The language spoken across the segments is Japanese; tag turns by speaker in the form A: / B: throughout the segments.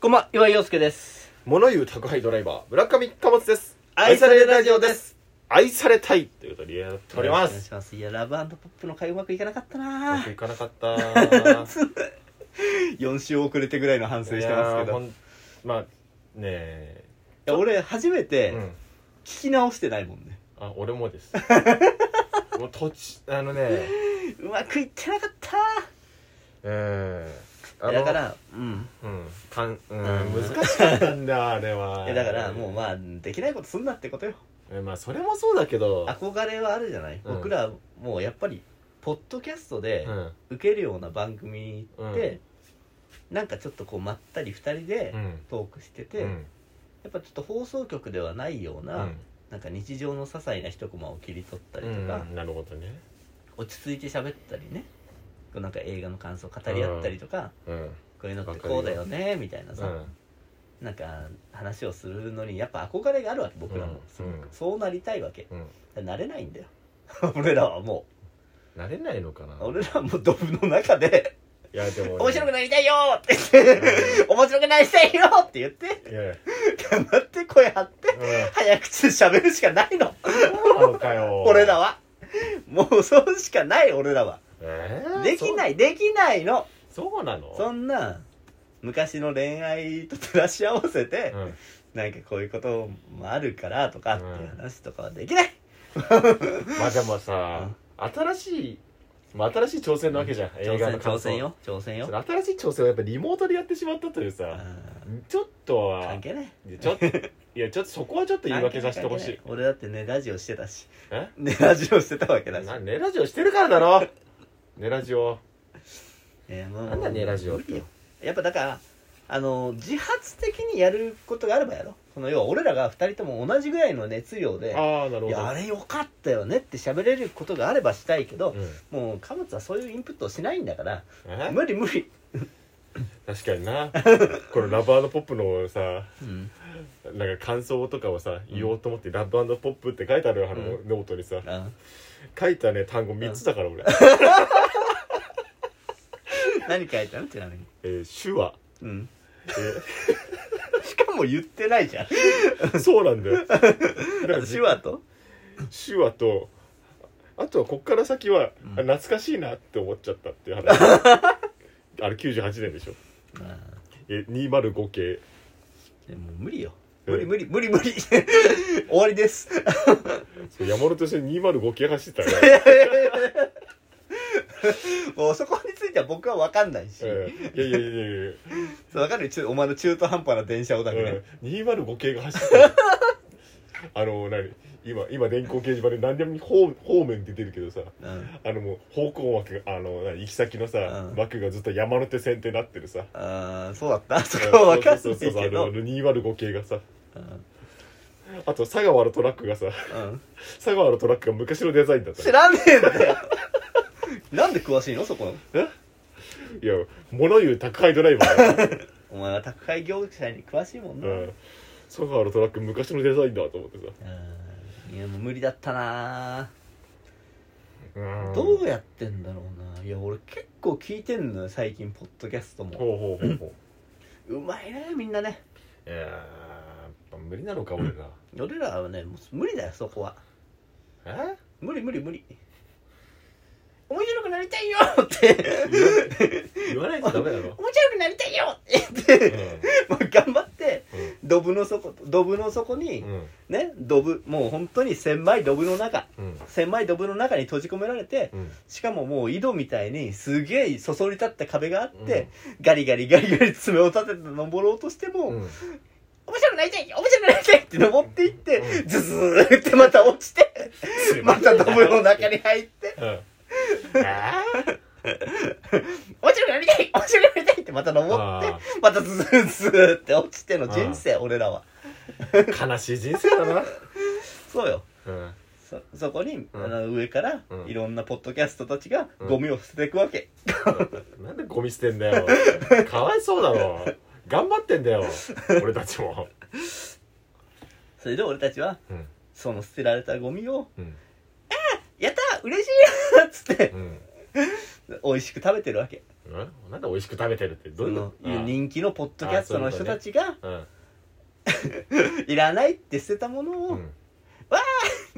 A: こんばんは、岩井陽介です。
B: 物言う宅配ドライバー村上貨物です
A: 愛されラジオ
B: です愛されたいということでやっておりま
A: お願い
B: す
A: します。いや、ラブポップの会うまくいかなかった
B: うま
A: な
B: くいかなかった反
A: 4週遅れてぐらいの反省してますけど。い
B: まあねえ
A: や、俺、初めて
B: うん
A: 聞き直してないもんね。
B: あ俺 もですもう土地あのね
A: うまくいってなかった
B: うんあの
A: だから、うん。
B: うんかん、うん、
A: うん
B: 難しかったんだあれはい
A: や、だから、もうまあ、できないことすんなってことよ。
B: えまあそれもそうだけど
A: 憧れはあるじゃない、
B: うん
A: 僕ら、もうやっぱり、ポッドキャストで
B: うん
A: 受けるような番組って、なんかちょっとこう、まったり2人で
B: うん
A: トークしてて、
B: うん
A: やっぱちょっと放送局ではないよう
B: う
A: な、
B: ん
A: なんか日常の些細な一コマを切り取ったりと
B: う
A: か、
B: んなるほどね
A: 落ち着いて喋ったりねこうなんか映画の感想を語り合ったりとか、
B: うん
A: こういうのってこうだよねみたいな
B: う
A: さ、
B: ん
A: なんか話をするのにやっぱ憧れがあるわけ僕らも、
B: うんうん
A: そうなりたいわけ
B: うん
A: なれないんだよ 俺らはも
B: 慣れないのかな
A: う俺らはもうドブの中で
B: いやで
A: 「
B: も
A: 面白くなりたいよ!」って言って「面白くなりたいよ!」って言って
B: いやいや
A: 頑張って声張って
B: う
A: 早口で喋るしかないの
B: んなのかよ
A: 俺らはもうそうしかない俺らは
B: えー
A: できないできないの
B: そうそうなの
A: そんな昔の恋愛と照らし合わせて、
B: うん
A: なんかこういうこともあるからとかっていう
B: うん
A: 話とかはできない、
B: まあでもさ新しいまあ新しい挑戦なわけじゃん
A: 挑
B: 映画
A: 戦
B: の感
A: 挑
B: 想
A: 戦よ挑戦よ
B: その新しい挑戦はやっぱリモートでやってしまったという
A: あ
B: さ
A: ー
B: ちょっとは
A: 関係ない
B: いやちょっといやちょっとそこはちょっと言い訳させてほ
A: 関係
B: し
A: ない関係な
B: い
A: い俺だってねラジオしてたし
B: え
A: ねラジオしてたわけだし
B: なネラジオしてるからだろネラジオ
A: えーもう
B: なんだネラジオっ
A: 無理
B: て
A: よやっぱだからあの自発的にやることがあればやろその要は俺らが2人とも同じぐらいの熱量で
B: ああなる
A: い
B: ほど
A: やあれよかったよねって喋れることがあればしたいけど
B: う、ん
A: もう貨物はそういうインプットをしないんだから
B: え
A: 無理無理、
B: 確か になこのラバーのポップのさ
A: うん、
B: なんか感想とかをさ言おうと思って「ラブポップ」って書いてあるあの
A: う
B: ノートにさ
A: あ
B: 書いたね単語3つだから俺
A: 何書いたのちなみに、
B: 「えー手話
A: うん、」
B: え
A: しかも言ってないじゃん
B: ー そうなん だよだから
A: 手話と
B: 手話とあとはこっから先は、
A: うん
B: あ懐かしいなって思っちゃったっていう 話あれ98年でしょ
A: ああ
B: え205系
A: でも無理よ
B: え
A: 無理無理無理 無理終わりです
B: そう山手線205系走ってたね、
A: もうそこについては僕は分かんないし、
B: えーいやいやいやいやいや
A: そう分かるよちょお前の中途半端な電車をだけね、
B: うん、205系が走って るあの何今今電光掲示板で何でも方方面って出るけどさ
A: うん
B: あのもう方向枠があの何行き先のさ、
A: うん
B: 枠がずっと山手線ってなってるさ
A: ああそうだったそこは分かん
B: そう
A: ない
B: そうそう
A: け
B: あのあ
A: ど
B: の205系がさ
A: うん
B: あと佐川のトラックがさ
A: うん
B: 佐川のトラックが昔のデザインだった
A: 知
B: ね
A: らねえんだよなんで詳しいのそこ
B: いや物言う宅配ドライバーだよ、
A: お前は宅配業者に詳しいもんな、
B: うん、佐川のトラック昔のデザインだと思ってさ
A: うんいやもう無理だったな、
B: うん
A: どうやってんだろうないや俺結構聞いてんのよ最近ポッドキャストも
B: ほうほうほうほう
A: うまいねみんなね
B: いやーやっぱ無理なのか俺ら
A: 俺らはねもう無理だよそこは
B: え
A: 無理無理無理面白くなりたいよって
B: 言わないとダメだろ、
A: 面白くなりたいよ って言ってもう頑張って
B: う
A: ドブの底ドブの底に、
B: んうん
A: ねドブもう本当に狭いドブの中
B: うん
A: 狭いドブの中に閉じ込められて
B: うん
A: しかももう井戸みたいにすげえそそり立った壁があって、ガリガリガリガリ爪を立てて登ろうとしても、
B: うん
A: 面白くなりたい面白くなりたいって登っていって、
B: う
A: ズズーってまた落ちて、 またドブの中に入って、
B: うん
A: 面白くなりたい面白くなりたいってまた登って
B: あ、
A: またズズーズーって落ちての人生、俺らは。
B: ー悲しい人生だな
A: そうよ。
B: うん
A: そ、そこに、
B: うん
A: あの上から、
B: うん
A: いろんなポッドキャストたちが
B: うん
A: ゴミを捨てていくわけ。
B: なんでゴミ捨てんだよかわいそうだろ頑張ってんだよ俺たちも
A: それで俺たちは、
B: うん
A: その捨てられたゴミを、
B: うん
A: やったー嬉しいなっつって、
B: うん
A: 美味しく食べてるわけ
B: ななんで美味しく食べてるってど
A: そう
B: いう
A: の
B: のああ
A: 人気のポッドキャストの人たちが
B: うん
A: いらないって捨てたものを、
B: うん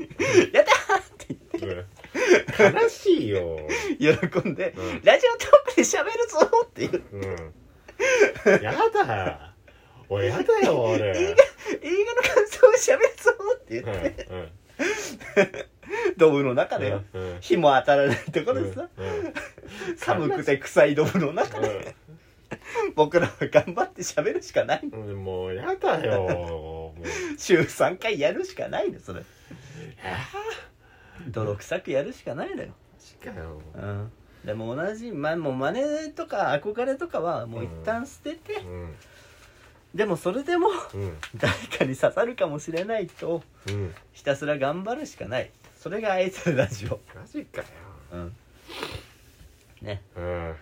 A: やった
B: うん悲しいよ、
A: ー喜んで、
B: うん
A: ラジオトークで喋るぞっていう
B: うん、やだ俺やだよ俺
A: 映画映画の感想を喋るぞっていう、
B: うんうん
A: ドブの中でよ、
B: うんうん
A: 日も当たらないところでさ、
B: うん
A: 寒くて臭いドブの中で僕らは頑張って喋るしかない
B: うんもうやだよもう
A: 週3回やるしかないのそれ泥臭くやるしかないのよ、
B: マジかよ
A: うん、でも同じ、ま、もう真似とか憧れとかはもう一旦捨てて、
B: うん
A: でもそれでも
B: うん
A: 誰かに刺さるかもしれないと
B: うん
A: ひたすら頑張るしかないそれがあいつのラジオ
B: マジかよ
A: うんね
B: うん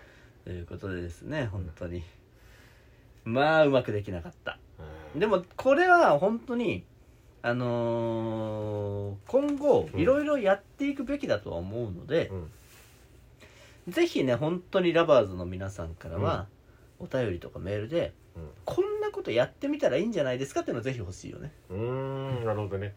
A: ということでですね本当にまあうまくできなかった
B: うん
A: でもこれは本当にあのー今後
B: うん
A: いろいろやっていくべきだとは思うので
B: う、ん
A: ぜひね本当にラバーズの皆さんからは、お便りとかメールで
B: うん
A: こんなことやってみたらいいんじゃないですかっていうのぜひ欲しいよね
B: うーんなるほどね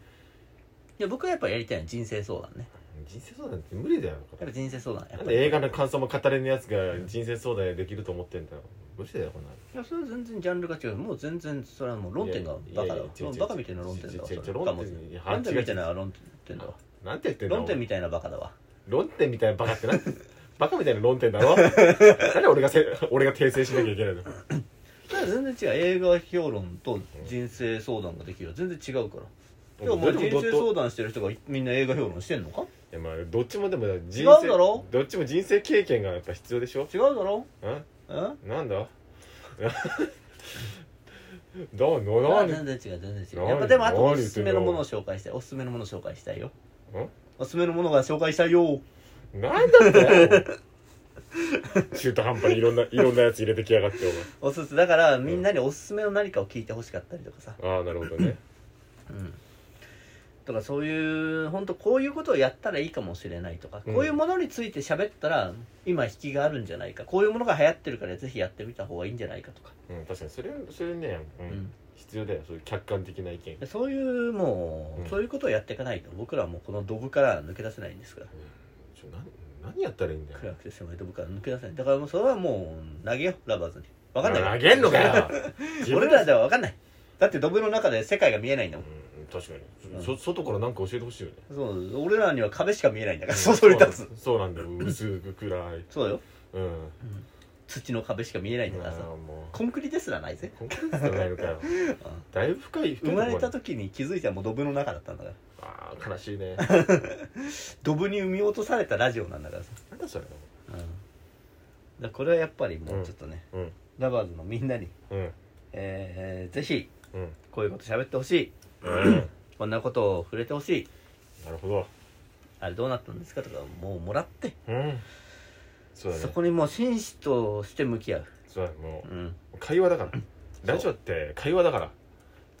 A: いや僕はやっぱやりたいのは人生相談ね
B: 人生相談って無理だよ
A: やっぱ人生相談やっぱ
B: なん
A: り
B: で映画の感想も語れぬやつが人生相談できると思ってんだよ無理だよこんなの
A: いやそれは全然ジャンルが違うもう全然それはもう論点がバカだわ
B: いやいや違う違う違う
A: バカみたいな論点だわそ
B: 違う違う
A: れ
B: 違う
A: 論
B: 論点いや
A: 点みたいな論点だわ
B: なんて言ってんだ
A: 論点みたいなバカだわ
B: 論点みたいなバカってなんバカみたいな論点だろなんで俺がせ俺が訂正しなきゃいけないの
A: だから全然違う映画評論と人生相談ができるは全然違うからでももう人生相談してる人がみんな映画評論してんのか
B: いやまあどっちもでも人生
A: 違うだろ
B: どっちも人生経験がやっぱ必要でしょ
A: 違うだろ
B: うん
A: うん
B: なんだ どうの
A: あ
B: な
A: 全
B: に
A: 然違う全然違う
B: 何
A: やっぱでもあとお
B: 何言
A: す
B: って
A: す
B: んだ
A: めのものを紹介したいおすすめのものを紹介したいよ
B: ん
A: おすすめのものが紹介したいよ
B: なんだって 中途半端にいろんないろんなやつ入れてきやがって
A: おすすだからみんなにおすすめの何かを聞いてほしかったりとかさ
B: お前ああなるほどね
A: うんとかそういう本当こういうことをやったらいいかもしれないとか、
B: うん
A: こういうものについて喋ったら今引きがあるんじゃないかこういうものが流行ってるからぜひやってみた方がいいんじゃないかとか、
B: うん確かにそれそれね、うん
A: うん
B: 必要だよそういう客観的な意見
A: でそういうもう、
B: うん
A: そういうことをやっていかないと僕らはもうこのドブから抜け出せないんですから
B: ちょな何やったらいいんだよ
A: 暗くて狭いドブから抜け出せないだからもうそれはもう投げようラバーズに分かんないから
B: 投げんのかよ自分
A: 俺
B: で
A: らでは分かんないだってドブの中で世界が見えないんだもん
B: うん確かに、そ外から何か教えてほしいよね
A: そう俺らには壁しか見えないんだから 外に立つ
B: つそうなんだよ薄く暗い
A: そうよ
B: うん
A: 土の壁しか見えないんだ
B: ま
A: か
B: あ
A: らさ
B: もう
A: コンクリですらないぜ
B: コンクリートじゃないのかよだいぶ深い深い
A: 生まれた
B: とこ
A: 時に気づいたらもうドブの中だったんだから
B: までああ悲しいね
A: ドブに産み落とされたラジオなんだからさ、
B: なんだそれ
A: うん、だからこれはやっぱりもうちょっとね、
B: うん
A: ラバーズのみんなに、
B: うん
A: えーぜひ
B: うん
A: こういうこと喋ってほしい
B: うん
A: こんなことを触れてほしい
B: なるほど
A: あれどうなったんですかとかもうもらって
B: うんそうだ
A: そ
B: ね
A: こにもう紳士として向き合う、
B: そうだねも
A: うん、
B: う会話だからラジオって会話だから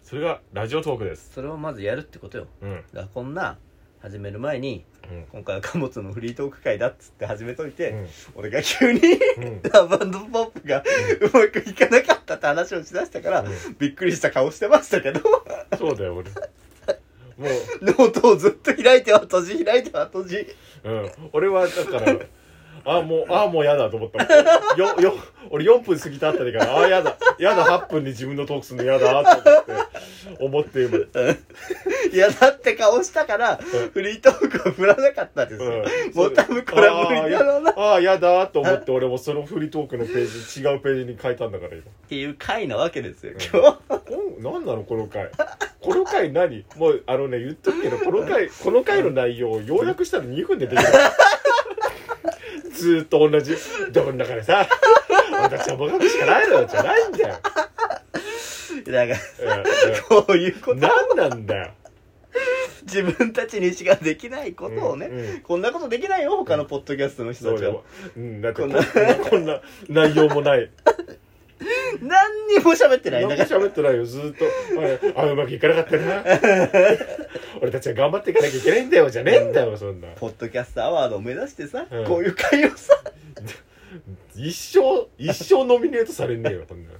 B: それがラジオトークです
A: それをまずやるってことよ
B: うん
A: だからこんな始める前に
B: うん
A: 今回は貨物のフリートーク会だっつって始めといて、
B: うん
A: 俺が急に
B: うん
A: ラバンドポップがうまくいかなかったって話をしだしたから、
B: うん
A: びっくりした顔してましたけど
B: そうだよ俺もう
A: ノートをずっと開いては閉じ開いては閉じ
B: うん、俺はだからあもうあもうやだと思ったもんよよ俺4分過ぎたあたりからあやだやだ8分で自分のトークするのやだと思って思って今
A: いやだって顔したからフリートークを振らなかったんですよ、
B: うん
A: もう多分これは無理だろうなっ
B: あやだと思って俺もそのフリートークのページ違うページに変えたんだから
A: ていう回なわけですよ
B: ん
A: 今日
B: 今お何なのこの回この回何もうあのね言っとくけどこの回この回の内容を要約したら2分でできた ずーっと同じどん中でさ私はもがくしかないのよじゃないんだよ
A: だから
B: う
A: こういう こ
B: ん
A: と
B: 何なんだよ
A: 自分たちにしかできないことをね、
B: うんうん
A: こんなことできないよ他のポッドキャストの人
B: そ
A: た
B: う
A: ち
B: だ
A: は
B: よ、うん、だって
A: こ
B: こ
A: ん
B: んな
A: な
B: こんな内容もない
A: 何にも喋 ってな
B: 何
A: い
B: も
A: だから
B: 喋ってないよずーっと「ああうまくいかなかっ たな俺たちは頑張っていかなきゃいけないんだよ」じゃねえんだよそんな
A: ポッドキャストアワードを目指してさ、
B: うん
A: こういう会をさ
B: い一生一生ノミネートされねえよこんなの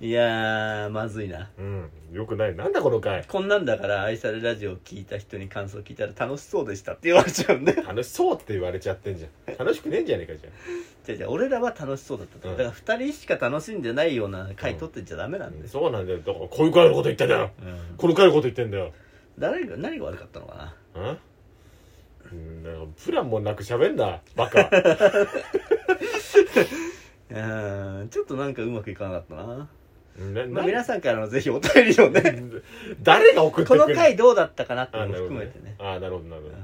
A: いやーまずいな
B: うんよくないなんだこの回
A: こんなんだから愛されラジオを聞いた人に感想聞いたら楽しそうでしたって言われち ゃうんで
B: 楽しそうって言われちゃってんじゃん楽しくねえんじゃねえかじゃ
A: じゃあじゃあ俺らは楽しそうだったと、
B: うん
A: だから2人しか楽しんでないような回撮ってちゃダメなん
B: ん
A: です、
B: そうなんだよだからこういう回のこと言ってんだよ
A: うん
B: この回のこと言ってんだよ
A: 誰が何が悪かったのかな
B: うんうんだからプランもなく喋んなバカ
A: うーんちょっとなんかうまくいかなかったな、
B: うんな
A: まあ、
B: な
A: 皆さんからのぜひお便りを ね
B: 誰が送ってく
A: この
B: る
A: 回どうだったかなって
B: あ
A: いうの
B: な
A: も
B: るほ
A: 含
B: ど
A: め
B: ね
A: てね
B: あなるほどなるほど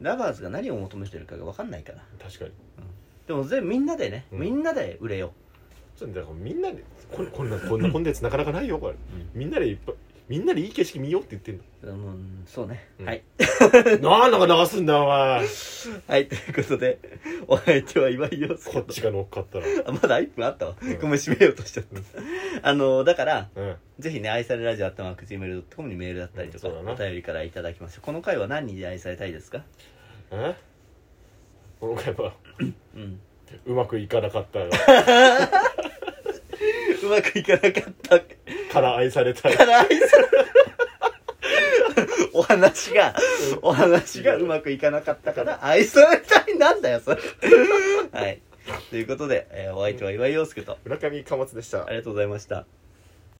A: ラバーズが何を求めてるかが分かんないから
B: 確かに
A: でも全部みんなでね、
B: うん
A: みんなで売れよ
B: そうだからみんなでこれこんなこんなコンテンツなかなかないよこれ、
A: ん
B: みんなでいっぱいみんなでいい景色見ようって言ってんの
A: う、うん、そうね、
B: うん
A: はい
B: なんだか流すんだお前
A: はいということでお相手は岩井陽介
B: こっちが乗っかったら
A: あ まだ1分あったわ、
B: ん
A: ごめん閉めようとしちゃった、あのだから
B: うん
A: ぜひね愛されラジオあったまくじメールドットコムにメールだったりとか、
B: うんそうだな
A: お便りからいただきましょうこの回は何に愛されたいですか
B: えこの回は
A: うん
B: うまくいかなかった
A: うまくいかなかった
B: から愛されたい
A: から愛されお話が、お話がうまくいかなかったから愛されたいなんだよ、そ れ。はい。ということで、えーお相手は岩井陽介と、
B: 村上貨物でした
A: ありがとうございました。